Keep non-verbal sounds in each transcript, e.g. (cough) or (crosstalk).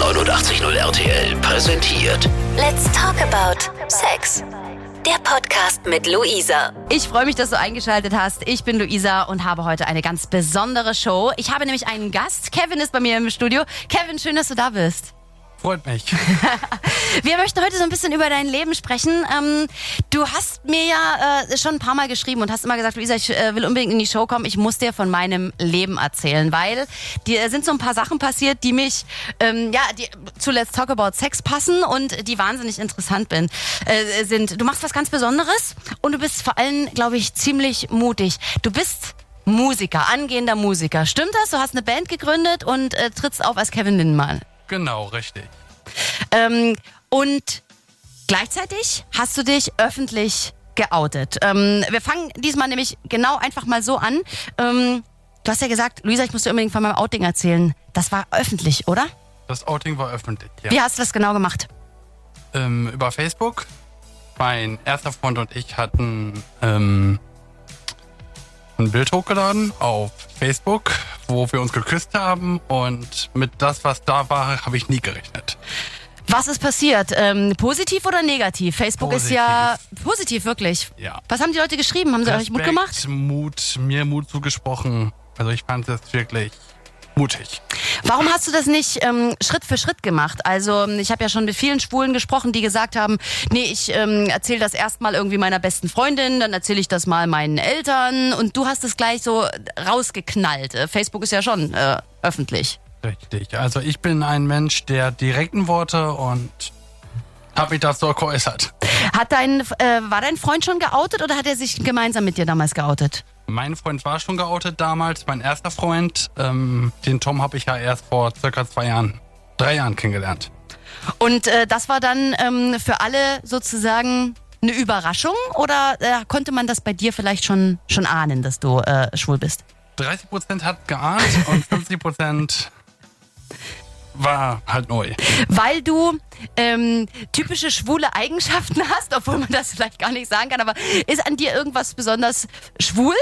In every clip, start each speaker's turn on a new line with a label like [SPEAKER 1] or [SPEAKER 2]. [SPEAKER 1] 89.0 RTL präsentiert.
[SPEAKER 2] Let's talk about Sex. Der Podcast mit Luisa.
[SPEAKER 3] Ich freue mich, dass du eingeschaltet hast. Ich bin Luisa und habe heute eine ganz besondere Show. Ich habe nämlich einen Gast. Kevin ist bei mir im Studio. Kevin, schön, dass du da bist.
[SPEAKER 4] Freut mich.
[SPEAKER 3] (laughs) Wir möchten heute so ein bisschen über dein Leben sprechen. Ähm, du hast mir ja äh, schon ein paar Mal geschrieben und hast immer gesagt, Luisa, ich äh, will unbedingt in die Show kommen. Ich muss dir von meinem Leben erzählen, weil dir sind so ein paar Sachen passiert, die mich ähm, ja die zu Let's Talk About Sex passen und die wahnsinnig interessant bin, äh, sind. Du machst was ganz Besonderes und du bist vor allem, glaube ich, ziemlich mutig. Du bist Musiker, angehender Musiker. Stimmt das? Du hast eine Band gegründet und äh, trittst auf als Kevin Lindemann.
[SPEAKER 4] Genau, richtig.
[SPEAKER 3] Ähm, und gleichzeitig hast du dich öffentlich geoutet. Ähm, wir fangen diesmal nämlich genau einfach mal so an. Ähm, du hast ja gesagt, Luisa, ich muss dir unbedingt von meinem Outing erzählen. Das war öffentlich, oder?
[SPEAKER 4] Das Outing war öffentlich. Ja.
[SPEAKER 3] Wie hast du das genau gemacht?
[SPEAKER 4] Ähm, über Facebook. Mein erster Freund und ich hatten ähm, ein Bild hochgeladen auf Facebook, wo wir uns geküsst haben. Und mit das, was da war, habe ich nie gerechnet.
[SPEAKER 3] Was ist passiert? Ähm, positiv oder negativ? Facebook ist ja positiv, wirklich.
[SPEAKER 4] Ja.
[SPEAKER 3] Was haben die Leute geschrieben? Haben sie euch Mut
[SPEAKER 4] Respekt,
[SPEAKER 3] gemacht?
[SPEAKER 4] Mut, mir Mut zugesprochen. Also ich fand das wirklich mutig.
[SPEAKER 3] Warum hast du das nicht ähm, Schritt für Schritt gemacht? Also ich habe ja schon mit vielen Schwulen gesprochen, die gesagt haben, nee, ich ähm, erzähle das erstmal irgendwie meiner besten Freundin, dann erzähle ich das mal meinen Eltern und du hast es gleich so rausgeknallt. Äh, Facebook ist ja schon äh, öffentlich.
[SPEAKER 4] Richtig. Also ich bin ein Mensch der direkten Worte und habe mich dazu auch geäußert.
[SPEAKER 3] Hat dein, äh, war dein Freund schon geoutet oder hat er sich gemeinsam mit dir damals geoutet?
[SPEAKER 4] Mein Freund war schon geoutet damals, mein erster Freund. Ähm, den Tom habe ich ja erst vor circa zwei Jahren, drei Jahren kennengelernt.
[SPEAKER 3] Und äh, das war dann ähm, für alle sozusagen eine Überraschung oder äh, konnte man das bei dir vielleicht schon, schon ahnen, dass du äh, schwul bist?
[SPEAKER 4] 30% hat geahnt und 50% war halt neu.
[SPEAKER 3] Weil du ähm, typische schwule Eigenschaften hast, obwohl man das vielleicht gar nicht sagen kann, aber ist an dir irgendwas besonders schwul?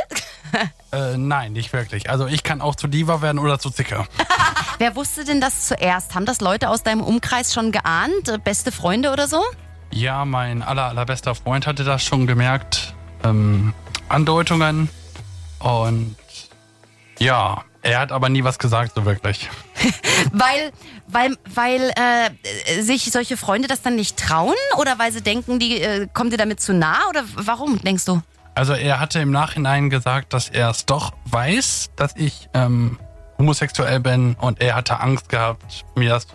[SPEAKER 4] Äh, nein, nicht wirklich. Also ich kann auch zu Diva werden oder zu Zicker.
[SPEAKER 3] Wer wusste denn das zuerst? Haben das Leute aus deinem Umkreis schon geahnt? Äh, Beste Freunde oder so?
[SPEAKER 4] Ja, mein aller, allerbester Freund hatte das schon gemerkt. Ähm, Andeutungen. Und ja, er hat aber nie was gesagt, so wirklich.
[SPEAKER 3] Weil, weil, weil äh, äh, sich solche Freunde das dann nicht trauen oder weil sie denken, die äh, kommen dir damit zu nah oder warum denkst du?
[SPEAKER 4] Also er hatte im Nachhinein gesagt, dass er es doch weiß, dass ich ähm, homosexuell bin und er hatte Angst gehabt, mir das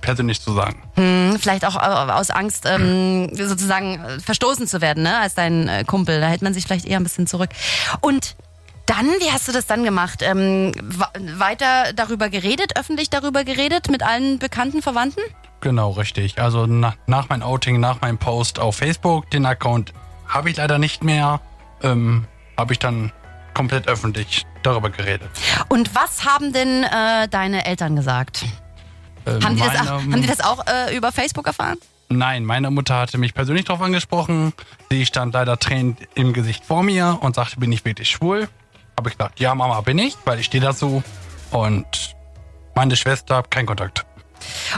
[SPEAKER 4] persönlich zu sagen.
[SPEAKER 3] Hm, vielleicht auch äh, aus Angst, ähm, sozusagen äh, verstoßen zu werden, ne? Als dein äh, Kumpel. Da hält man sich vielleicht eher ein bisschen zurück. Und dann, wie hast du das dann gemacht? Ähm, wa- weiter darüber geredet, öffentlich darüber geredet, mit allen bekannten Verwandten?
[SPEAKER 4] Genau, richtig. Also na, nach meinem Outing, nach meinem Post auf Facebook, den Account habe ich leider nicht mehr, ähm, habe ich dann komplett öffentlich darüber geredet.
[SPEAKER 3] Und was haben denn äh, deine Eltern gesagt?
[SPEAKER 4] Ähm,
[SPEAKER 3] Haben die, das,
[SPEAKER 4] meine-
[SPEAKER 3] auch- haben die das auch äh, über Facebook erfahren?
[SPEAKER 4] Nein, meine Mutter hatte mich persönlich darauf angesprochen. Sie stand leider tränend im Gesicht vor mir und sagte, bin ich wirklich schwul? Habe ich gesagt, ja, Mama, bin ich, weil ich stehe dazu. Und meine Schwester hat keinen Kontakt.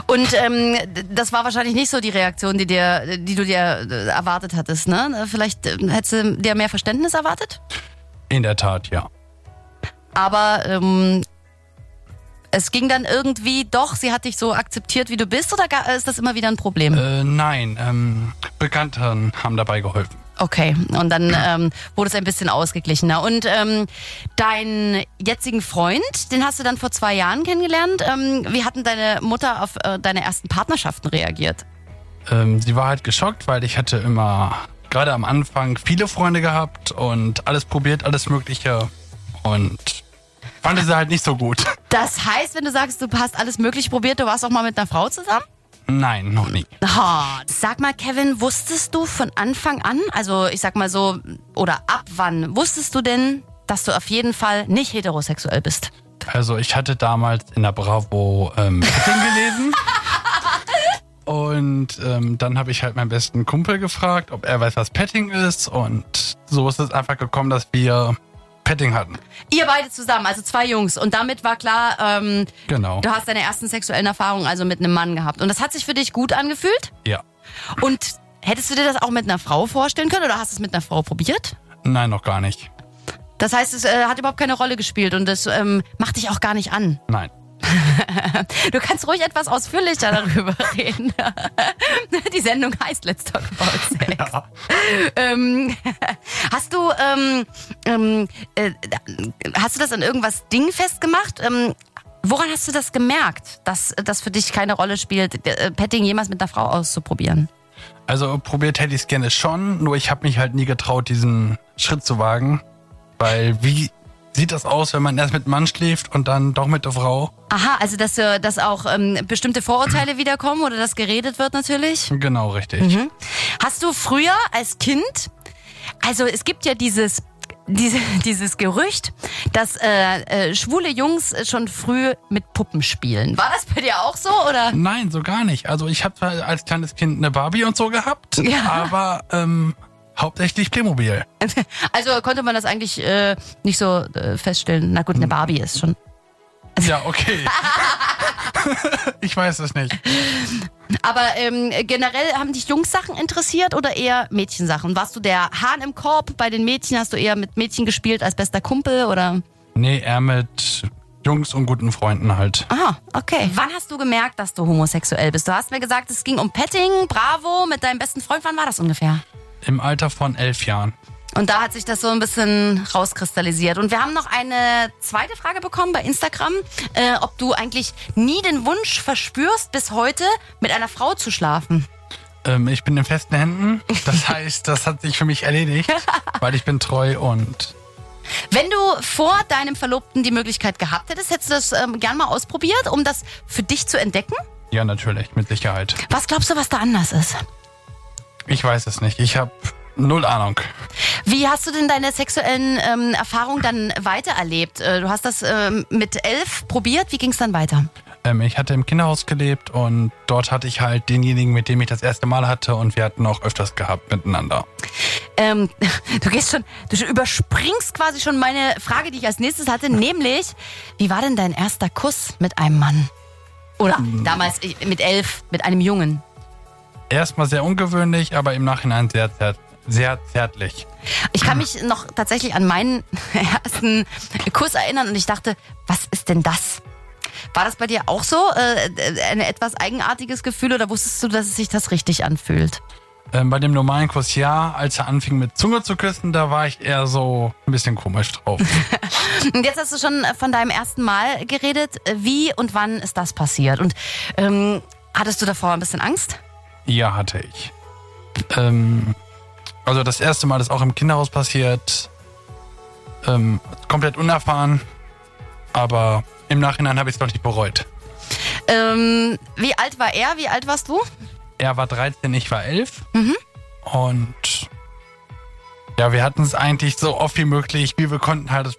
[SPEAKER 3] Und ähm, d- das war wahrscheinlich nicht so die Reaktion, die, dir, die du dir äh, erwartet hattest, ne? Vielleicht äh, hättest du dir mehr Verständnis erwartet?
[SPEAKER 4] In der Tat, ja.
[SPEAKER 3] Aber ähm, es ging dann irgendwie doch, sie hat dich so akzeptiert, wie du bist, oder ga- ist das immer wieder ein Problem?
[SPEAKER 4] Äh, nein, ähm, Bekannten haben dabei geholfen.
[SPEAKER 3] Okay, und dann ähm, wurde es ein bisschen ausgeglichener. Und ähm, deinen jetzigen Freund, den hast du dann vor zwei Jahren kennengelernt. Ähm, wie hatten deine Mutter auf äh, deine ersten Partnerschaften reagiert?
[SPEAKER 4] Ähm, sie war halt geschockt, weil ich hatte immer, gerade am Anfang, viele Freunde gehabt und alles probiert, alles Mögliche. Und fand sie halt nicht so gut. (laughs)
[SPEAKER 3] Das heißt, wenn du sagst, du hast alles Mögliche probiert, du warst auch mal mit einer Frau zusammen?
[SPEAKER 4] Nein, noch nie.
[SPEAKER 3] Ha, sag mal, Kevin, wusstest du von Anfang an, also ich sag mal so, oder ab wann wusstest du denn, dass du auf jeden Fall nicht heterosexuell bist?
[SPEAKER 4] Also ich hatte damals in der Bravo ähm, Fitting gelesen. Und ähm, dann habe ich halt meinen besten Kumpel gefragt, ob er weiß, was Petting ist. Und so ist es einfach gekommen, dass wir Petting hatten.
[SPEAKER 3] Ihr beide zusammen, also zwei Jungs. Und damit war klar, ähm,
[SPEAKER 4] Genau.
[SPEAKER 3] du hast deine ersten sexuellen Erfahrungen also mit einem Mann gehabt. Und das hat sich für dich gut angefühlt?
[SPEAKER 4] Ja.
[SPEAKER 3] Und hättest du dir das auch mit einer Frau vorstellen können oder hast du es mit einer Frau probiert?
[SPEAKER 4] Nein, noch gar nicht.
[SPEAKER 3] Das heißt, es äh, hat überhaupt keine Rolle gespielt und das ähm, macht dich auch gar nicht an.
[SPEAKER 4] Nein.
[SPEAKER 3] Du kannst ruhig etwas ausführlicher darüber (laughs) reden. Die Sendung heißt Let's Talk About Sex.
[SPEAKER 4] Ja.
[SPEAKER 3] Ähm, hast du ähm, ähm, äh, hast du das an irgendwas Ding festgemacht? Ähm, woran hast du das gemerkt, dass das für dich keine Rolle spielt, äh, Petting jemals mit einer Frau auszuprobieren?
[SPEAKER 4] Also probiert hätte ich es gerne schon, nur ich habe mich halt nie getraut, diesen Schritt zu wagen. Weil wie sieht das aus, wenn man erst mit einem Mann schläft und dann doch mit der Frau?
[SPEAKER 3] Aha, also dass, äh, dass auch ähm, bestimmte Vorurteile wiederkommen oder dass geredet wird natürlich.
[SPEAKER 4] Genau, richtig.
[SPEAKER 3] Hast du früher als Kind, also es gibt ja dieses, diese, (laughs) dieses Gerücht, dass äh, äh, schwule Jungs schon früh mit Puppen spielen. War das bei dir auch so oder?
[SPEAKER 4] Nein, so gar nicht. Also ich habe zwar als kleines Kind eine Barbie und so gehabt,
[SPEAKER 3] Ja.
[SPEAKER 4] aber ähm, hauptsächlich Playmobil.
[SPEAKER 3] Also konnte man das eigentlich äh, nicht so äh, feststellen. Na gut, eine Barbie ist schon.
[SPEAKER 4] Ja, okay. ich weiß es nicht.
[SPEAKER 3] Aber ähm, generell haben dich Jungs Sachen interessiert oder eher Mädchensachen? Warst du der Hahn im Korb bei den Mädchen? Hast du eher mit Mädchen gespielt als bester Kumpel oder?
[SPEAKER 4] Nee, eher mit Jungs und guten Freunden halt.
[SPEAKER 3] Aha, okay. Wann hast du gemerkt, dass du homosexuell bist? Du hast mir gesagt, es ging um Petting, Bravo, mit deinem besten Freund. Wann war das ungefähr?
[SPEAKER 4] Im Alter von elf Jahren.
[SPEAKER 3] Und da hat sich das so ein bisschen rauskristallisiert. Und wir haben noch eine zweite Frage bekommen bei Instagram, äh, ob du eigentlich nie den Wunsch verspürst, bis heute mit einer Frau zu schlafen.
[SPEAKER 4] Ähm, ich bin in festen Händen. Das heißt, das hat sich für mich erledigt, weil ich bin treu und
[SPEAKER 3] Wenn du vor deinem Verlobten die Möglichkeit gehabt hättest, hättest du das ähm, gern mal ausprobiert, um das für dich zu entdecken?
[SPEAKER 4] ja, natürlich, mit Sicherheit.
[SPEAKER 3] Was glaubst du, was da anders ist?
[SPEAKER 4] Ich weiß es nicht. Ich habe null Ahnung.
[SPEAKER 3] Wie hast du denn deine sexuellen ähm, Erfahrungen dann weitererlebt? Äh, du hast das ähm, mit elf probiert. Wie ging es dann weiter?
[SPEAKER 4] Ähm, ich hatte im Kinderhaus gelebt und dort hatte ich halt denjenigen, mit dem ich das erste Mal hatte und wir hatten auch öfters gehabt miteinander.
[SPEAKER 3] Ähm, (laughs) du gehst schon, du überspringst quasi schon meine Frage, die ich als nächstes hatte, nämlich, wie war denn dein erster Kuss mit einem Mann? Oder damals ich- mit elf, mit einem Jungen.
[SPEAKER 4] Erstmal sehr ungewöhnlich, aber im Nachhinein sehr, zärt sehr zärtlich.
[SPEAKER 3] Ich kann mich noch tatsächlich an meinen (laughs) ersten Kuss erinnern und ich dachte, was ist denn das? War das bei dir auch so? Äh, ein etwas eigenartiges Gefühl oder wusstest du, dass es sich das richtig anfühlt?
[SPEAKER 4] Ähm, bei dem normalen Kuss ja, als er anfing mit Zunge zu küssen, da war ich eher so ein bisschen komisch drauf.
[SPEAKER 3] Und jetzt hast du schon von deinem ersten Mal geredet. Wie und wann ist das passiert? Und ähm, hattest du davor ein bisschen Angst?
[SPEAKER 4] ja, hatte ich. Ähm, also das erste Mal ist auch im Kinderhaus passiert. Ähm, komplett unerfahren, aber im Nachhinein habe ich es noch nicht bereut.
[SPEAKER 3] Ähm, wie alt war er? Wie alt warst du?
[SPEAKER 4] er war 13, ich war 11. Und ja, wir hatten es eigentlich so oft wie möglich, wie wir konnten, halt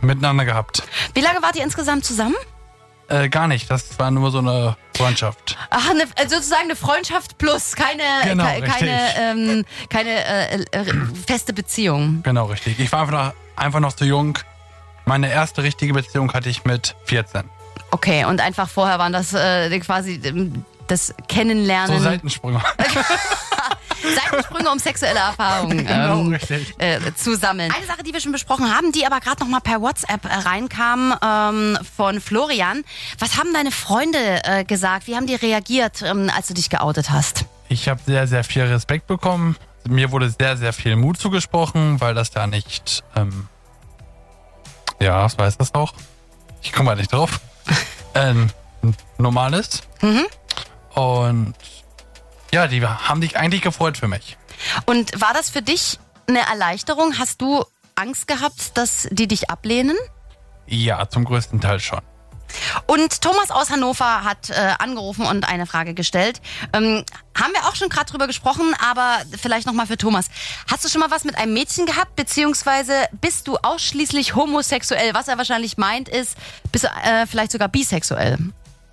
[SPEAKER 4] miteinander gehabt.
[SPEAKER 3] Wie lange wart ihr insgesamt zusammen?
[SPEAKER 4] Äh, gar nicht, das war nur so eine Freundschaft.
[SPEAKER 3] Ach, eine, also sozusagen eine Freundschaft plus, keine,
[SPEAKER 4] Genau,
[SPEAKER 3] ke keine,
[SPEAKER 4] richtig.
[SPEAKER 3] ähm, keine äh, äh, feste Beziehung.
[SPEAKER 4] Genau, richtig. Ich war einfach noch, einfach noch zu jung. Meine erste richtige Beziehung hatte ich mit 14.
[SPEAKER 3] Okay, und einfach vorher waren das äh, quasi ähm, das
[SPEAKER 4] So
[SPEAKER 3] Kennenlernen,
[SPEAKER 4] Seitensprünge. (laughs)
[SPEAKER 3] Seitensprünge um sexuelle
[SPEAKER 4] (laughs)
[SPEAKER 3] Erfahrungen.
[SPEAKER 4] genau,
[SPEAKER 3] ähm,
[SPEAKER 4] richtig.
[SPEAKER 3] äh, zu sammeln. Eine Sache, die wir schon besprochen haben, die aber gerade noch mal per WhatsApp äh, reinkam ähm, von Florian. Was haben deine Freunde äh, gesagt? Wie haben die reagiert, ähm, als du dich geoutet hast?
[SPEAKER 4] Ich habe sehr, sehr viel Respekt bekommen. Mir wurde sehr, sehr viel Mut zugesprochen, weil das da nicht. Ähm, ja, was weiß das auch? Ich komme mal nicht drauf. ähm, n- normal ist. Und ja, die haben dich eigentlich gefreut für mich.
[SPEAKER 3] Und war das für dich eine Erleichterung? Hast du Angst gehabt, dass die dich ablehnen?
[SPEAKER 4] Ja, zum größten Teil schon.
[SPEAKER 3] Und Thomas aus Hannover hat äh, angerufen und eine Frage gestellt. Ähm, haben wir auch schon gerade drüber gesprochen, aber vielleicht nochmal für Thomas. Hast du schon mal was mit einem Mädchen gehabt, beziehungsweise bist du ausschließlich homosexuell? Was er wahrscheinlich meint ist, bist du äh, vielleicht sogar bisexuell?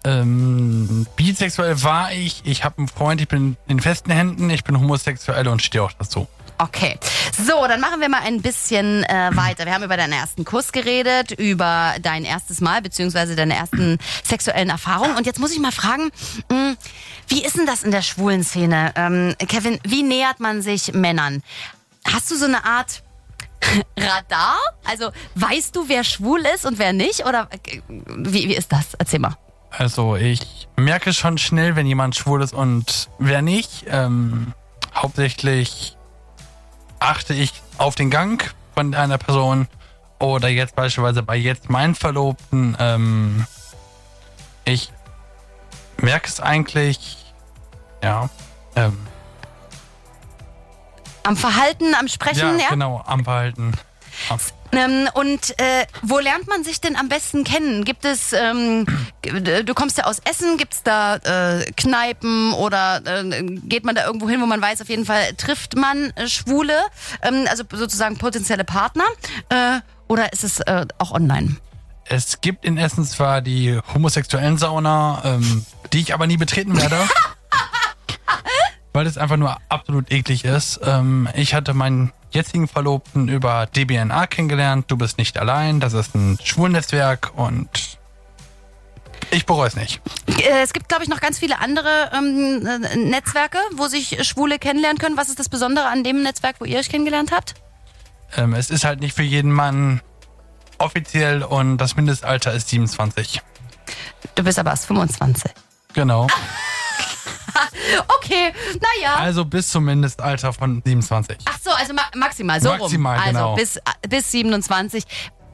[SPEAKER 4] Ähm, bisexuell war ich. Ich habe einen Freund, ich bin in festen Händen, ich bin homosexuell und stehe auch dazu.
[SPEAKER 3] Okay. So, dann machen wir mal ein bisschen äh, weiter. Wir haben über deinen ersten Kuss geredet, über dein erstes Mal, beziehungsweise deine ersten sexuellen Erfahrungen. Und jetzt muss ich mal fragen, mh, wie ist denn das in der schwulen Szene? Ähm, Kevin, wie nähert man sich Männern? Hast du so eine Art (laughs) Radar? Also weißt du, wer schwul ist und wer nicht? Oder äh, wie, wie ist das? Erzähl mal.
[SPEAKER 4] Also ich merke schon schnell, wenn jemand schwul ist und wer nicht. Ähm, hauptsächlich achte ich auf den Gang von einer Person oder jetzt beispielsweise bei jetzt meinen Verlobten. Ähm, ich merke es eigentlich, ja. Ähm,
[SPEAKER 3] Am Verhalten, am
[SPEAKER 4] ja,
[SPEAKER 3] Sprechen, ja?
[SPEAKER 4] genau, anbehalten.
[SPEAKER 3] Ähm, und äh, wo lernt man sich denn am besten kennen? Gibt es, ähm, g- du kommst ja aus Essen, gibt es da äh, Kneipen oder äh, geht man da irgendwo hin, wo man weiß, auf jeden Fall trifft man äh, Schwule, ähm, also sozusagen potenzielle Partner? Äh, oder ist es äh, auch online?
[SPEAKER 4] Es gibt in Essen zwar die homosexuellen Sauna, ähm, die ich aber nie betreten werde. weil es einfach nur absolut eklig ist. Ähm, ich hatte meinen jetzigen Verlobten über DBNA kennengelernt. Du bist nicht allein. Das ist ein Schwulennetzwerk und ich bereue es nicht.
[SPEAKER 3] Äh, es gibt, glaube ich, noch ganz viele andere ähm, äh, Netzwerke, wo sich Schwule kennenlernen können. Was ist das Besondere an dem Netzwerk, wo ihr euch kennengelernt habt?
[SPEAKER 4] Ähm, es ist halt nicht für jeden Mann offiziell und das Mindestalter ist 27.
[SPEAKER 3] Du bist aber erst 25.
[SPEAKER 4] Genau.
[SPEAKER 3] Okay, naja.
[SPEAKER 4] Also bis zum Mindestalter von 27.
[SPEAKER 3] Ach so, also ma maximal, so
[SPEAKER 4] Maximal,
[SPEAKER 3] rum. Also
[SPEAKER 4] genau.
[SPEAKER 3] bis, bis 27.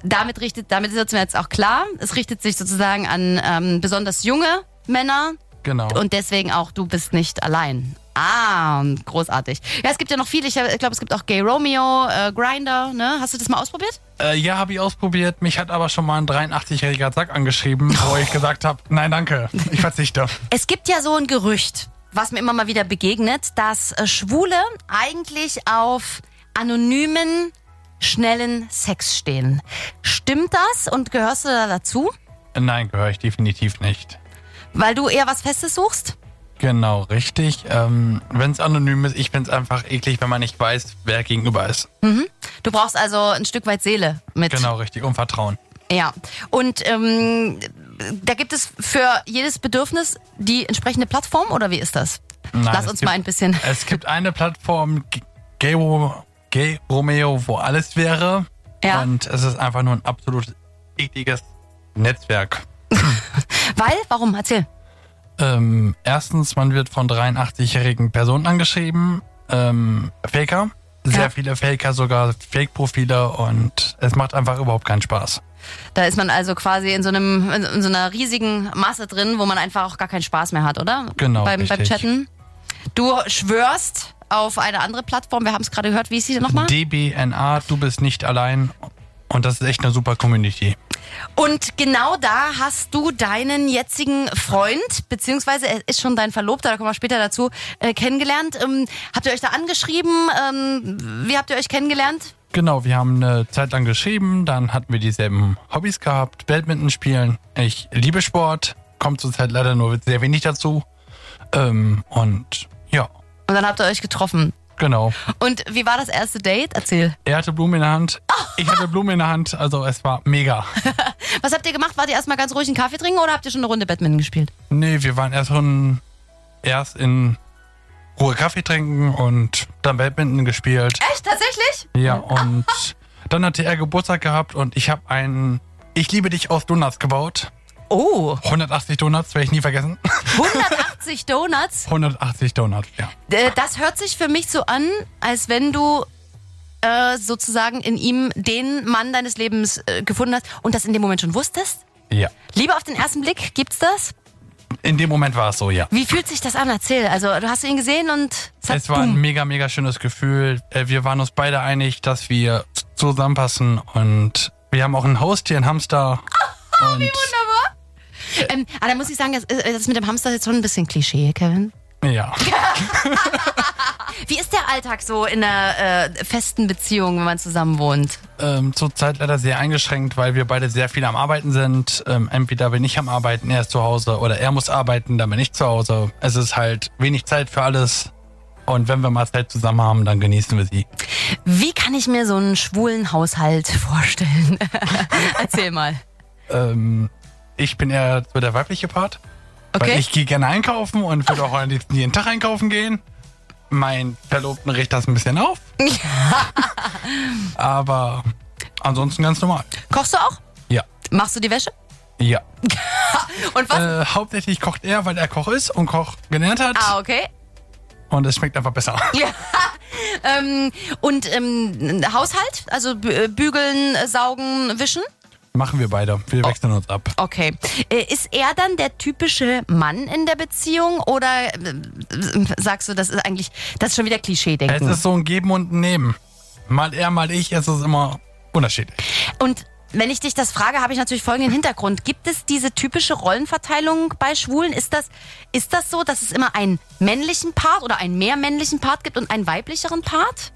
[SPEAKER 3] Damit, richtet, damit ist es mir jetzt auch klar, es richtet sich sozusagen an ähm, besonders junge Männer
[SPEAKER 4] Genau.
[SPEAKER 3] und deswegen auch du bist nicht allein. Ah, großartig. Ja, es gibt ja noch viele. Ich äh, glaube, es gibt auch Gay Romeo, äh, Grinder. Ne? Hast du das mal ausprobiert?
[SPEAKER 4] Äh, ja, habe ich ausprobiert. Mich hat aber schon mal ein 83-jähriger Sack angeschrieben, wo ich gesagt habe, nein, danke, ich verzichte.
[SPEAKER 3] Es gibt ja so ein Gerücht, was mir immer mal wieder begegnet, dass äh, Schwule eigentlich auf anonymen, schnellen Sex stehen. Stimmt das und gehörst du da dazu?
[SPEAKER 4] Äh, Nein, gehöre ich definitiv nicht.
[SPEAKER 3] Weil du eher was Festes suchst?
[SPEAKER 4] Genau, richtig. Ähm, wenn es anonym ist, ich find's einfach eklig, wenn man nicht weiß, wer gegenüber ist.
[SPEAKER 3] Du brauchst also ein Stück weit Seele mit.
[SPEAKER 4] Genau, richtig. Und Vertrauen.
[SPEAKER 3] Ja. Und ähm, da gibt es für jedes Bedürfnis die entsprechende Plattform oder wie ist das?
[SPEAKER 4] Nein,
[SPEAKER 3] Lass
[SPEAKER 4] es
[SPEAKER 3] uns
[SPEAKER 4] gibt-
[SPEAKER 3] mal ein bisschen.
[SPEAKER 4] (laughs) Es gibt eine Plattform, G- Gay, Ro- Gay Romeo, wo alles wäre.
[SPEAKER 3] Ja.
[SPEAKER 4] Und es ist einfach nur ein absolut ekliges Netzwerk.
[SPEAKER 3] Weil, warum? Erzähl.
[SPEAKER 4] Ähm, erstens, man wird von 83-jährigen Personen angeschrieben. Ähm, Faker. Sehr
[SPEAKER 3] Ja.
[SPEAKER 4] viele Faker, sogar Fake-Profile und es macht einfach überhaupt keinen Spaß.
[SPEAKER 3] Da ist man also quasi in so einem in, in so einer riesigen Masse drin, wo man einfach auch gar keinen Spaß mehr hat, oder?
[SPEAKER 4] Genau,
[SPEAKER 3] Beim, beim
[SPEAKER 4] richtig.
[SPEAKER 3] Chatten. Du schwörst auf eine andere Plattform. Wir haben es gerade gehört. Wie ist sie denn nochmal?
[SPEAKER 4] DBNA, du bist nicht allein. Und das ist echt eine super Community.
[SPEAKER 3] Und genau da hast du deinen jetzigen Freund, beziehungsweise er ist schon dein Verlobter, da kommen wir später dazu, äh, kennengelernt. Ähm, habt ihr euch da angeschrieben? Ähm, wie habt ihr euch kennengelernt?
[SPEAKER 4] Genau, wir haben eine Zeit lang geschrieben, dann hatten wir dieselben Hobbys gehabt, Badminton spielen. Ich liebe Sport, kommt zurzeit leider nur sehr wenig dazu. Ähm, und ja,
[SPEAKER 3] Und dann habt ihr euch getroffen.
[SPEAKER 4] genau.
[SPEAKER 3] Und wie war das erste Date? Erzähl.
[SPEAKER 4] Er hatte Blumen in der Hand, ich hatte Blumen in der Hand, also es war mega.
[SPEAKER 3] Was habt ihr gemacht? Wart ihr erstmal ganz ruhig einen Kaffee trinken oder habt ihr schon eine Runde Badminton gespielt?
[SPEAKER 4] Nee, wir waren erst, schon, erst in Ruhe Kaffee trinken und dann Badminton gespielt.
[SPEAKER 3] Echt? Tatsächlich?
[SPEAKER 4] Ja, und dann hatte er Geburtstag gehabt und ich habe einen Ich liebe dich aus Donuts gebaut.
[SPEAKER 3] Oh,
[SPEAKER 4] 180 Donuts, werde ich nie vergessen. (laughs)
[SPEAKER 3] 180 Donuts.
[SPEAKER 4] 180 Donuts, ja.
[SPEAKER 3] Äh, Das hört sich für mich so an, als wenn du äh, sozusagen in ihm den Mann deines Lebens äh, gefunden hast und das in dem Moment schon wusstest.
[SPEAKER 4] Ja.
[SPEAKER 3] Liebe auf den ersten Blick, gibt's das?
[SPEAKER 4] In dem Moment war es so, ja.
[SPEAKER 3] Wie fühlt sich das an? Erzähl. Also, du hast ihn gesehen und es hat
[SPEAKER 4] Es war ein
[SPEAKER 3] boom.
[SPEAKER 4] mega, mega schönes Gefühl. Äh, Wir waren uns beide einig, dass wir zusammenpassen und wir haben auch ein Haustier, einen Hamster. Und Wie
[SPEAKER 3] Ähm, aber da muss ich sagen, das, äh, das mit dem Hamster ist jetzt schon ein bisschen Klischee, Kevin.
[SPEAKER 4] Ja.
[SPEAKER 3] Wie ist der Alltag so in einer äh, festen Beziehung, wenn man zusammen wohnt?
[SPEAKER 4] ähm, zurzeit leider sehr eingeschränkt, weil wir beide sehr viel am Arbeiten sind. Ähm, entweder bin ich am Arbeiten, er ist zu Hause oder er muss arbeiten, dann bin ich zu Hause. Es ist halt wenig Zeit für alles. Und wenn wir mal Zeit zusammen haben, dann genießen wir sie.
[SPEAKER 3] Wie kann ich mir so einen schwulen Haushalt (laughs) vorstellen? Erzähl mal.
[SPEAKER 4] Ähm, ich bin eher so der weibliche Part.
[SPEAKER 3] Okay.
[SPEAKER 4] Weil ich gehe gerne einkaufen und würde auch am liebsten jeden Tag einkaufen gehen. Mein Verlobten riecht das ein bisschen auf. Aber ansonsten ganz normal.
[SPEAKER 3] Kochst du auch?
[SPEAKER 4] Ja.
[SPEAKER 3] Machst du die Wäsche?
[SPEAKER 4] Ja.
[SPEAKER 3] Und was?
[SPEAKER 4] Äh, hauptsächlich kocht er, weil er Koch ist und Koch gelernt hat.
[SPEAKER 3] Ah, okay.
[SPEAKER 4] Und es schmeckt einfach besser. (laughs)
[SPEAKER 3] Ja. ähm, und ähm, Haushalt? Also b- äh, bügeln, äh, saugen, wischen?
[SPEAKER 4] Machen wir beide. Wir wechseln uns ab.
[SPEAKER 3] Okay. Äh, Ist er dann der typische Mann in der Beziehung oder äh, sagst du, das ist eigentlich, das ist schon wieder
[SPEAKER 4] Es
[SPEAKER 3] Klischee-Denken?
[SPEAKER 4] ist so ein Geben und ein Nehmen. Mal er, mal ich. Es ist immer unterschiedlich.
[SPEAKER 3] Und wenn ich dich das frage, habe ich natürlich folgenden Hintergrund. Gibt es diese typische Rollenverteilung bei Schwulen? Ist das, ist das so, dass es immer einen männlichen Part oder einen mehr männlichen Part gibt und einen weiblicheren Part?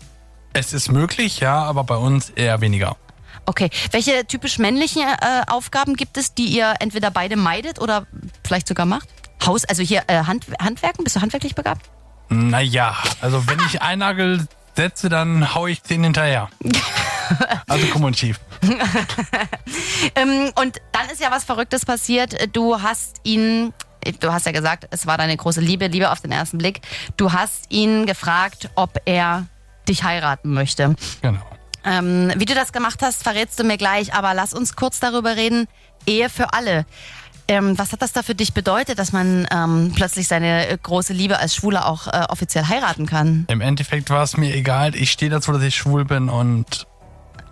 [SPEAKER 4] Es ist möglich, ja, aber bei uns eher weniger.
[SPEAKER 3] Okay. Welche typisch männlichen äh, Aufgaben gibt es, die ihr entweder beide meidet oder vielleicht sogar macht? Haus, also hier äh, Hand, Handwerken? Bist du handwerklich begabt?
[SPEAKER 4] Naja, also wenn ich einen Nagel setze, dann hau ich den hinterher. Also krumm und schief.
[SPEAKER 3] Ähm, und dann ist ja was Verrücktes passiert. Du hast ihn, äh, du hast ja gesagt, es war deine große Liebe, Liebe auf den ersten Blick. Du hast ihn gefragt, ob er dich heiraten möchte.
[SPEAKER 4] Genau.
[SPEAKER 3] Ähm, wie du das gemacht hast, verrätst du mir gleich, aber lass uns kurz darüber reden. Ehe für alle. Ähm, was hat das da für dich bedeutet, dass man ähm, plötzlich seine äh, große Liebe als Schwuler auch äh, offiziell heiraten kann?
[SPEAKER 4] Im Endeffekt war es mir egal. Ich stehe dazu, dass ich schwul bin und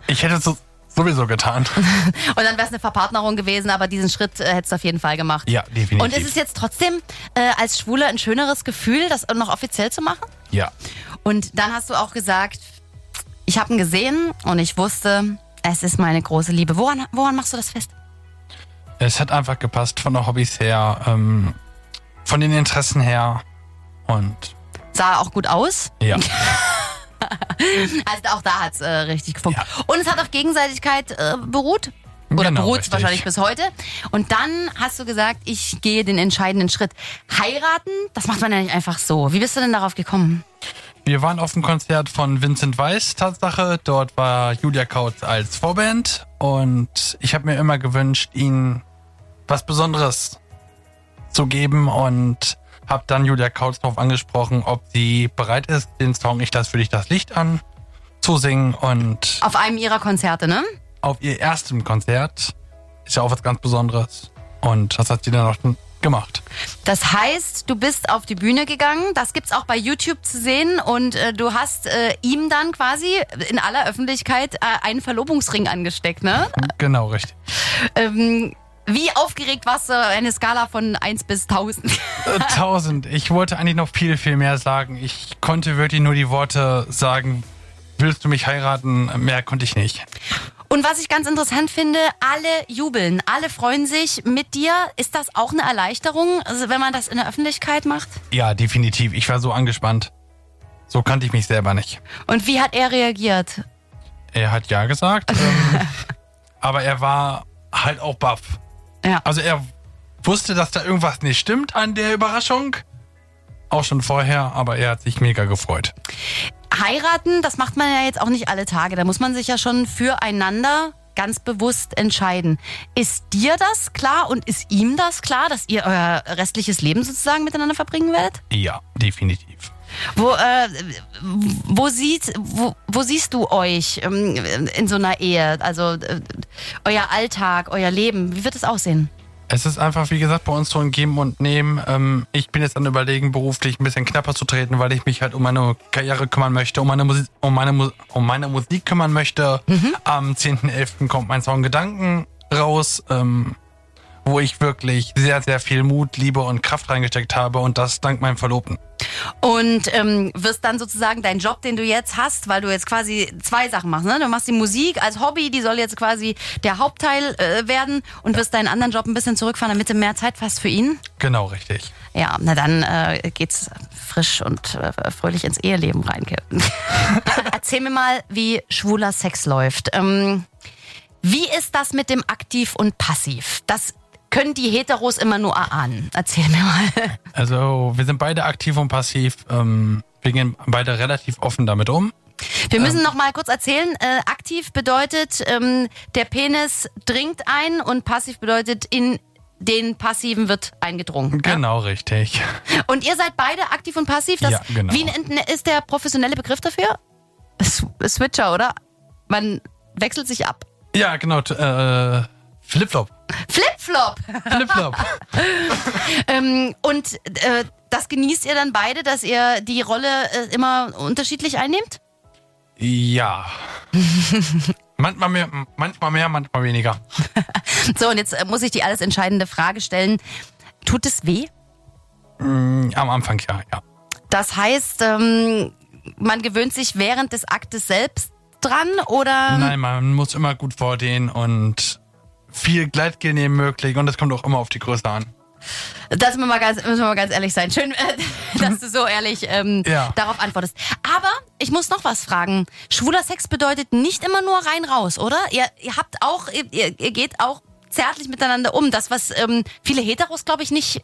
[SPEAKER 4] ich hätte es so- sowieso getan.
[SPEAKER 3] Und dann wäre es eine Verpartnerung gewesen, aber diesen Schritt äh, hättest du auf jeden Fall gemacht.
[SPEAKER 4] Ja, definitiv.
[SPEAKER 3] Und ist es jetzt trotzdem äh, als Schwuler ein schöneres Gefühl, das noch offiziell zu machen?
[SPEAKER 4] Ja.
[SPEAKER 3] Und dann hast du auch gesagt, ich habe ihn gesehen und ich wusste, es ist meine große Liebe. Woran, woran machst du das fest?
[SPEAKER 4] Es hat einfach gepasst von den Hobbys her, ähm, von den Interessen her und
[SPEAKER 3] Sah er auch gut aus.
[SPEAKER 4] ja.
[SPEAKER 3] Also auch da hat's äh, richtig gefunkt.
[SPEAKER 4] Ja.
[SPEAKER 3] Und es hat auf Gegenseitigkeit äh, beruht. Oder
[SPEAKER 4] Genau,
[SPEAKER 3] beruht
[SPEAKER 4] richtig.
[SPEAKER 3] wahrscheinlich bis heute. Und dann hast du gesagt, ich gehe den entscheidenden Schritt. Heiraten, das macht man ja nicht einfach so. Wie bist du denn darauf gekommen?
[SPEAKER 4] Wir waren auf dem Konzert von Vincent Weiss, Tatsache. Dort war Julia Kautz als Vorband und ich habe mir immer gewünscht, ihnen was Besonderes zu geben und habe dann Julia Kautz darauf angesprochen, ob sie bereit ist, den Song Ich lass für dich das Licht an zu singen und
[SPEAKER 3] Auf einem ihrer Konzerte, ne?
[SPEAKER 4] auf ihr erstem Konzert ist ja auch was ganz Besonderes und das hat sie dann auch gemacht.
[SPEAKER 3] Das heißt, du bist auf die Bühne gegangen. Das gibt's auch bei YouTube zu sehen. Und äh, du hast äh, ihm dann quasi in aller Öffentlichkeit äh, einen Verlobungsring angesteckt, ne?
[SPEAKER 4] Genau, richtig.
[SPEAKER 3] Ähm, wie aufgeregt warst du? Eine Skala von 1 bis (laughs) 1000.
[SPEAKER 4] 1000. Ich wollte eigentlich noch viel, viel mehr sagen. Ich konnte wirklich nur die Worte sagen, willst du mich heiraten? Mehr konnte ich nicht.
[SPEAKER 3] Und was ich ganz interessant finde, alle jubeln, alle freuen sich mit dir. Ist das auch eine Erleichterung, also wenn man das in der Öffentlichkeit macht?
[SPEAKER 4] Ja, definitiv. Ich war so angespannt. So kannte ich mich selber nicht.
[SPEAKER 3] Und wie hat er reagiert?
[SPEAKER 4] Er hat ja gesagt, ähm, aber er war halt auch baff.
[SPEAKER 3] Ja.
[SPEAKER 4] Also er wusste, dass da irgendwas nicht stimmt an der Überraschung. Auch schon vorher, aber er hat sich mega gefreut.
[SPEAKER 3] Heiraten, das macht man ja jetzt auch nicht alle Tage. Da muss man sich ja schon füreinander ganz bewusst entscheiden. Ist dir das klar und ist ihm das klar, dass ihr euer restliches Leben sozusagen miteinander verbringen werdet?
[SPEAKER 4] Ja, definitiv.
[SPEAKER 3] Wo, äh, wo, sieht, wo, wo siehst du euch ähm, in so einer Ehe? Also äh, euer Alltag, euer Leben, wie wird es aussehen?
[SPEAKER 4] Es ist einfach, wie gesagt, bei uns so ein Geben und Nehmen. Ähm, ich bin jetzt an überlegen, beruflich ein bisschen knapper zu treten, weil ich mich halt um meine Karriere kümmern möchte, um meine, Musi um meine, Mu um meine Musik kümmern möchte. Am 10.11. kommt mein Song Gedanken raus, ähm, wo ich wirklich sehr, sehr viel Mut, Liebe und Kraft reingesteckt habe und das dank meinem Verlobten.
[SPEAKER 3] Und ähm, wirst dann sozusagen deinen Job, den du jetzt hast, weil du jetzt quasi zwei Sachen machst. Ne? Du machst die Musik als Hobby, die soll jetzt quasi der Hauptteil äh, werden und wirst deinen anderen Job ein bisschen zurückfahren, damit du mehr Zeit hast für ihn.
[SPEAKER 4] Genau, richtig.
[SPEAKER 3] Ja, na dann äh, geht's frisch und äh, fröhlich ins Eheleben rein, Captain. (laughs) Erzähl mir mal, wie schwuler Sex läuft. Ähm, wie ist das mit dem Aktiv und Passiv? Das können die Heteros immer nur erahnen. Erzähl mir mal. (laughs)
[SPEAKER 4] Also, wir sind beide aktiv und passiv. Ähm, Wir gehen beide relativ offen damit um.
[SPEAKER 3] Wir müssen noch mal kurz erzählen. Äh, aktiv bedeutet, ähm, der Penis dringt ein und passiv bedeutet, in den Passiven wird eingedrungen.
[SPEAKER 4] Genau richtig.
[SPEAKER 3] Ja? Und ihr seid beide aktiv und passiv. Das,
[SPEAKER 4] Ja, genau.
[SPEAKER 3] Wie nennt- ist der professionelle Begriff dafür? S Switcher, oder? Man wechselt sich ab.
[SPEAKER 4] Ja, genau. t- Äh, Flipflop.
[SPEAKER 3] (laughs) Flipflop!
[SPEAKER 4] Flipflop.
[SPEAKER 3] ähm, und äh, das genießt ihr dann beide, dass ihr die Rolle äh, immer unterschiedlich einnehmt?
[SPEAKER 4] ja. manchmal mehr, manchmal mehr, manchmal weniger.
[SPEAKER 3] So, und jetzt äh, muss ich die alles entscheidende Frage stellen. Tut es weh?
[SPEAKER 4] Mm, Am Anfang ja, ja.
[SPEAKER 3] Das heißt, ähm, man gewöhnt sich während des Aktes selbst dran oder
[SPEAKER 4] Nein, man muss immer gut vorgehen und viel Gleitgel nehmen möglich und das kommt auch immer auf die Größe an.
[SPEAKER 3] das müssen wir mal ganz, müssen wir mal ganz ehrlich sein. Schön, (laughs) äh, dass du so ehrlich ähm,
[SPEAKER 4] Ja.
[SPEAKER 3] darauf antwortest. Aber ich muss noch was fragen. Schwuler Sex bedeutet nicht immer nur rein raus, oder? Ihr, ihr habt auch, ihr, ihr ihr geht auch zärtlich miteinander um. Das, was ähm, viele Heteros, glaube ich, nicht,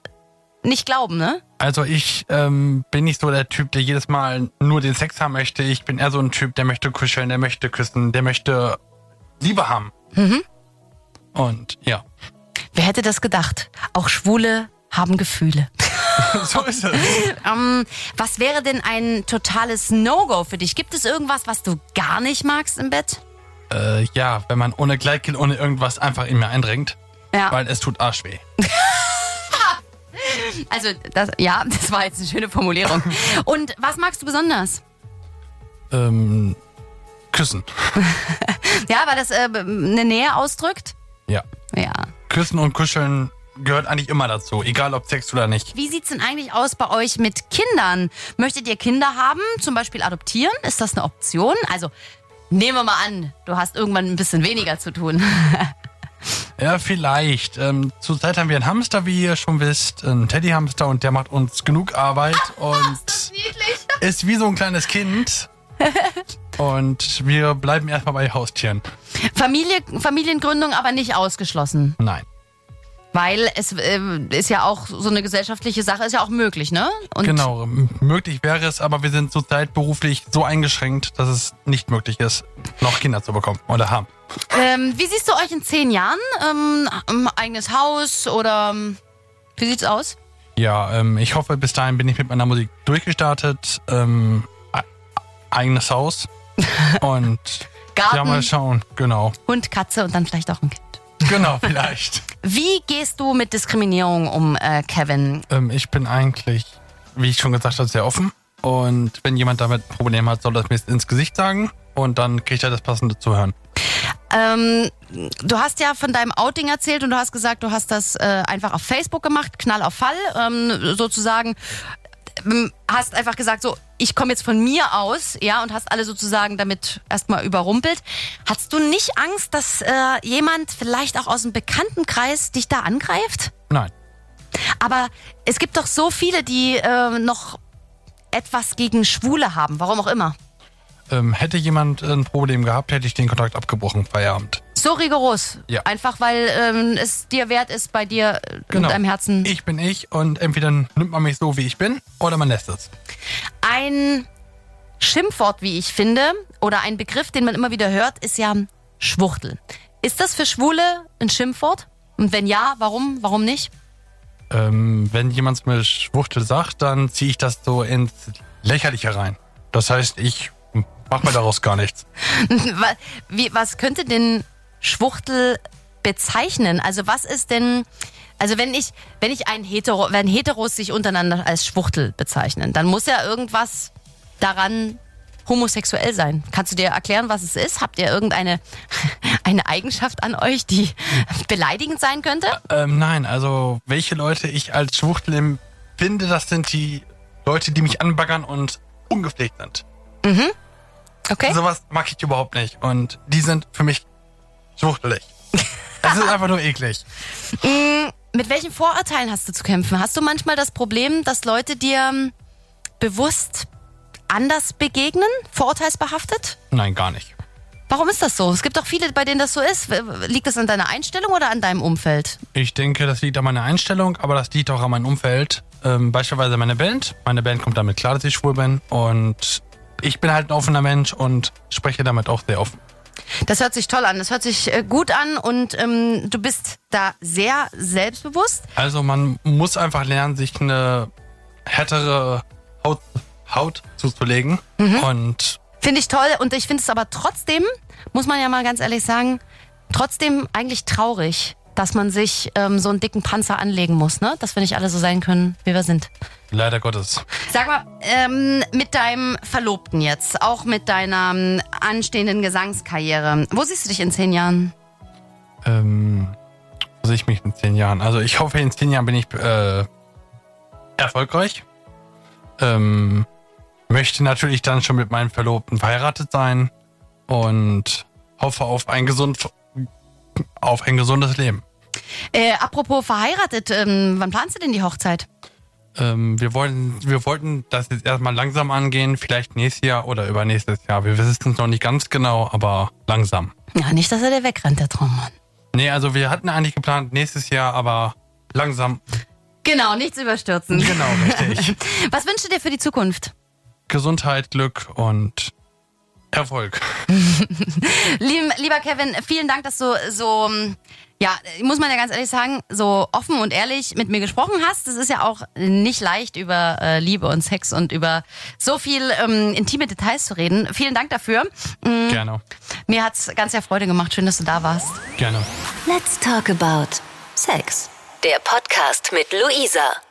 [SPEAKER 3] nicht glauben, ne?
[SPEAKER 4] Also ich ähm, bin nicht so der Typ, der jedes Mal nur den Sex haben möchte. Ich bin eher so ein Typ, der möchte kuscheln, der möchte küssen, der möchte Liebe haben. Und ja,
[SPEAKER 3] Wer hätte das gedacht? Auch Schwule haben Gefühle.
[SPEAKER 4] so ist es.
[SPEAKER 3] Ähm, was wäre denn ein totales No-Go für dich? Gibt es irgendwas, was du gar nicht magst im Bett?
[SPEAKER 4] äh, ja, wenn man ohne Gleitgel, ohne irgendwas einfach in mir eindringt,
[SPEAKER 3] Ja.
[SPEAKER 4] weil es tut arschweh.
[SPEAKER 3] Also, das, ja, (laughs) das war jetzt eine schöne Formulierung. Und was magst du besonders?
[SPEAKER 4] Ähm, küssen.
[SPEAKER 3] Ja, weil das äh, eine Nähe ausdrückt?
[SPEAKER 4] Ja.
[SPEAKER 3] Ja.
[SPEAKER 4] Küssen und kuscheln gehört eigentlich immer dazu, egal ob Sex oder nicht.
[SPEAKER 3] Wie sieht's denn eigentlich aus bei euch mit Kindern? Möchtet ihr Kinder haben, zum Beispiel adoptieren? Ist das eine Option? Also, nehmen wir mal an, du hast irgendwann ein bisschen weniger zu tun.
[SPEAKER 4] Ja, vielleicht. Ähm, zurzeit haben wir einen Hamster, wie ihr schon wisst, einen Teddyhamster und der macht uns genug Arbeit und
[SPEAKER 3] Niedlich.
[SPEAKER 4] ist wie so ein kleines Kind. und wir bleiben erstmal bei Haustieren.
[SPEAKER 3] (laughs) Familie, Familiengründung aber nicht ausgeschlossen.
[SPEAKER 4] Nein.
[SPEAKER 3] Weil es ähm, ist ja auch so eine gesellschaftliche Sache, ist ja auch möglich, ne? Und
[SPEAKER 4] genau, m- möglich wäre es, aber wir sind zurzeit beruflich so eingeschränkt, dass es nicht möglich ist, noch Kinder zu bekommen oder haben.
[SPEAKER 3] Ähm, wie siehst du euch in zehn Jahren? Ähm, ähm, eigenes Haus oder ähm, wie sieht's aus?
[SPEAKER 4] Ja, ähm, ich hoffe, bis dahin bin ich mit meiner Musik durchgestartet. Ähm, e- eigenes (laughs) Haus. Und ja, mal
[SPEAKER 3] Garten,
[SPEAKER 4] schauen. Genau.
[SPEAKER 3] Hund, Katze und dann vielleicht auch ein Kind.
[SPEAKER 4] Genau, vielleicht.
[SPEAKER 3] Wie gehst du mit Diskriminierung um, äh, Kevin?
[SPEAKER 4] (laughs) ähm, ich bin eigentlich, wie ich schon gesagt habe, sehr offen. Und wenn jemand damit ein Problem hat, soll das mir ins Gesicht sagen. Und dann kriegt er das Passende zu hören.
[SPEAKER 3] Ähm, du hast ja von deinem Outing erzählt und du hast gesagt, du hast das äh, einfach auf Facebook gemacht, Knall auf Fall, ähm, sozusagen. Ähm, Hast einfach gesagt, so, ich komme jetzt von mir aus, ja, und hast alle sozusagen damit erstmal überrumpelt. Hast du nicht Angst, dass äh, jemand vielleicht auch aus dem Bekanntenkreis dich da angreift?
[SPEAKER 4] Nein.
[SPEAKER 3] Aber es gibt doch so viele, die äh, noch etwas gegen Schwule haben, warum auch immer.
[SPEAKER 4] Ähm, hätte jemand ein Problem gehabt, hätte ich den Kontakt abgebrochen. Feierabend.
[SPEAKER 3] So rigoros.
[SPEAKER 4] Ja.
[SPEAKER 3] Einfach weil ähm, es dir wert ist, bei dir äh, mit deinem Herzen.
[SPEAKER 4] Genau. Ich bin ich und entweder nimmt man mich so, wie ich bin, oder man lässt es.
[SPEAKER 3] Ein Schimpfwort, wie ich finde, oder ein Begriff, den man immer wieder hört, ist ja Schwuchtel. Ist das für Schwule ein Schimpfwort? Und wenn ja, warum? Warum nicht?
[SPEAKER 4] Ähm, wenn jemand mir Schwuchtel sagt, dann ziehe ich das so ins Lächerliche rein. Das heißt, ich mache mir daraus gar nichts.
[SPEAKER 3] Wa- wie, was könnte denn Schwuchtel bezeichnen? Also was ist denn, also wenn ich, wenn ich ein Hetero, wenn Heteros sich untereinander als Schwuchtel bezeichnen, dann muss ja irgendwas daran homosexuell sein. Kannst du dir erklären, was es ist? Habt ihr irgendeine (laughs) eine Eigenschaft an euch, die beleidigend sein könnte?
[SPEAKER 4] Ähm, nein, also welche Leute ich als Schwuchtel empfinde, das sind die Leute, die mich anbaggern und ungepflegt sind.
[SPEAKER 3] Okay.
[SPEAKER 4] Sowas mag ich überhaupt nicht. Und die sind für mich
[SPEAKER 3] (laughs)
[SPEAKER 4] schwuchtelig. Es ist einfach nur eklig.
[SPEAKER 3] Mit welchen Vorurteilen hast du zu kämpfen? Hast du manchmal das Problem, dass Leute dir ähm, bewusst anders begegnen, vorurteilsbehaftet?
[SPEAKER 4] Nein, gar nicht.
[SPEAKER 3] Warum ist das so? Es gibt doch viele, bei denen das so ist. Liegt das an deiner Einstellung oder an deinem Umfeld?
[SPEAKER 4] Ich denke, das liegt an meiner Einstellung, aber das liegt auch an meinem Umfeld. Ähm, beispielsweise meine Band. Meine Band kommt damit klar, dass ich schwul bin. Und ich bin halt ein offener Mensch und spreche damit auch sehr offen.
[SPEAKER 3] Das hört sich toll an, das hört sich äh, gut an und ähm, du bist da sehr selbstbewusst.
[SPEAKER 4] Also man muss einfach lernen, sich eine härtere Haut, Haut zuzulegen. Und
[SPEAKER 3] Finde ich toll und ich finde es aber trotzdem, muss man ja mal ganz ehrlich sagen, trotzdem eigentlich traurig, dass man sich ähm, so einen dicken Panzer anlegen muss, ne? Dass wir nicht alle so sein können, wie wir sind.
[SPEAKER 4] leider Gottes.
[SPEAKER 3] Sag mal, ähm, mit deinem Verlobten jetzt, auch mit deiner ähm, anstehenden Gesangskarriere, wo siehst du dich in zehn Jahren?
[SPEAKER 4] Ähm, wo sehe ich mich in zehn Jahren? Also ich hoffe, in zehn Jahren bin ich äh, erfolgreich. Ähm, möchte natürlich dann schon mit meinem Verlobten verheiratet sein und hoffe auf ein gesund auf ein gesundes Leben.
[SPEAKER 3] Äh, apropos verheiratet, ähm, wann planst du denn die Hochzeit?
[SPEAKER 4] Ähm, wir, wollten, wir wollten das jetzt erstmal langsam angehen, vielleicht nächstes Jahr oder übernächstes Jahr. Wir wissen es noch nicht ganz genau, aber langsam.
[SPEAKER 3] Ja, nicht, dass er der wegrennt, der Traummann.
[SPEAKER 4] Nee, also wir hatten eigentlich geplant nächstes Jahr, aber langsam.
[SPEAKER 3] Genau, nichts (laughs) überstürzen.
[SPEAKER 4] Genau, richtig.
[SPEAKER 3] Was wünschst du dir für die Zukunft?
[SPEAKER 4] Gesundheit, Glück und Erfolg.
[SPEAKER 3] Lieb, lieber Kevin, vielen Dank, dass du so, ähm, ja, muss man ja ganz ehrlich sagen, so offen und ehrlich mit mir gesprochen hast. Das ist ja auch nicht leicht, über äh, Liebe und Sex und über so viel ähm, intime Details zu reden. Vielen Dank dafür. Mm,
[SPEAKER 4] Gerne,
[SPEAKER 3] Mir hat's ganz sehr Freude gemacht. Schön, dass du da warst.
[SPEAKER 4] gerne.
[SPEAKER 2] Let's talk about Sex. Der Podcast mit Luisa.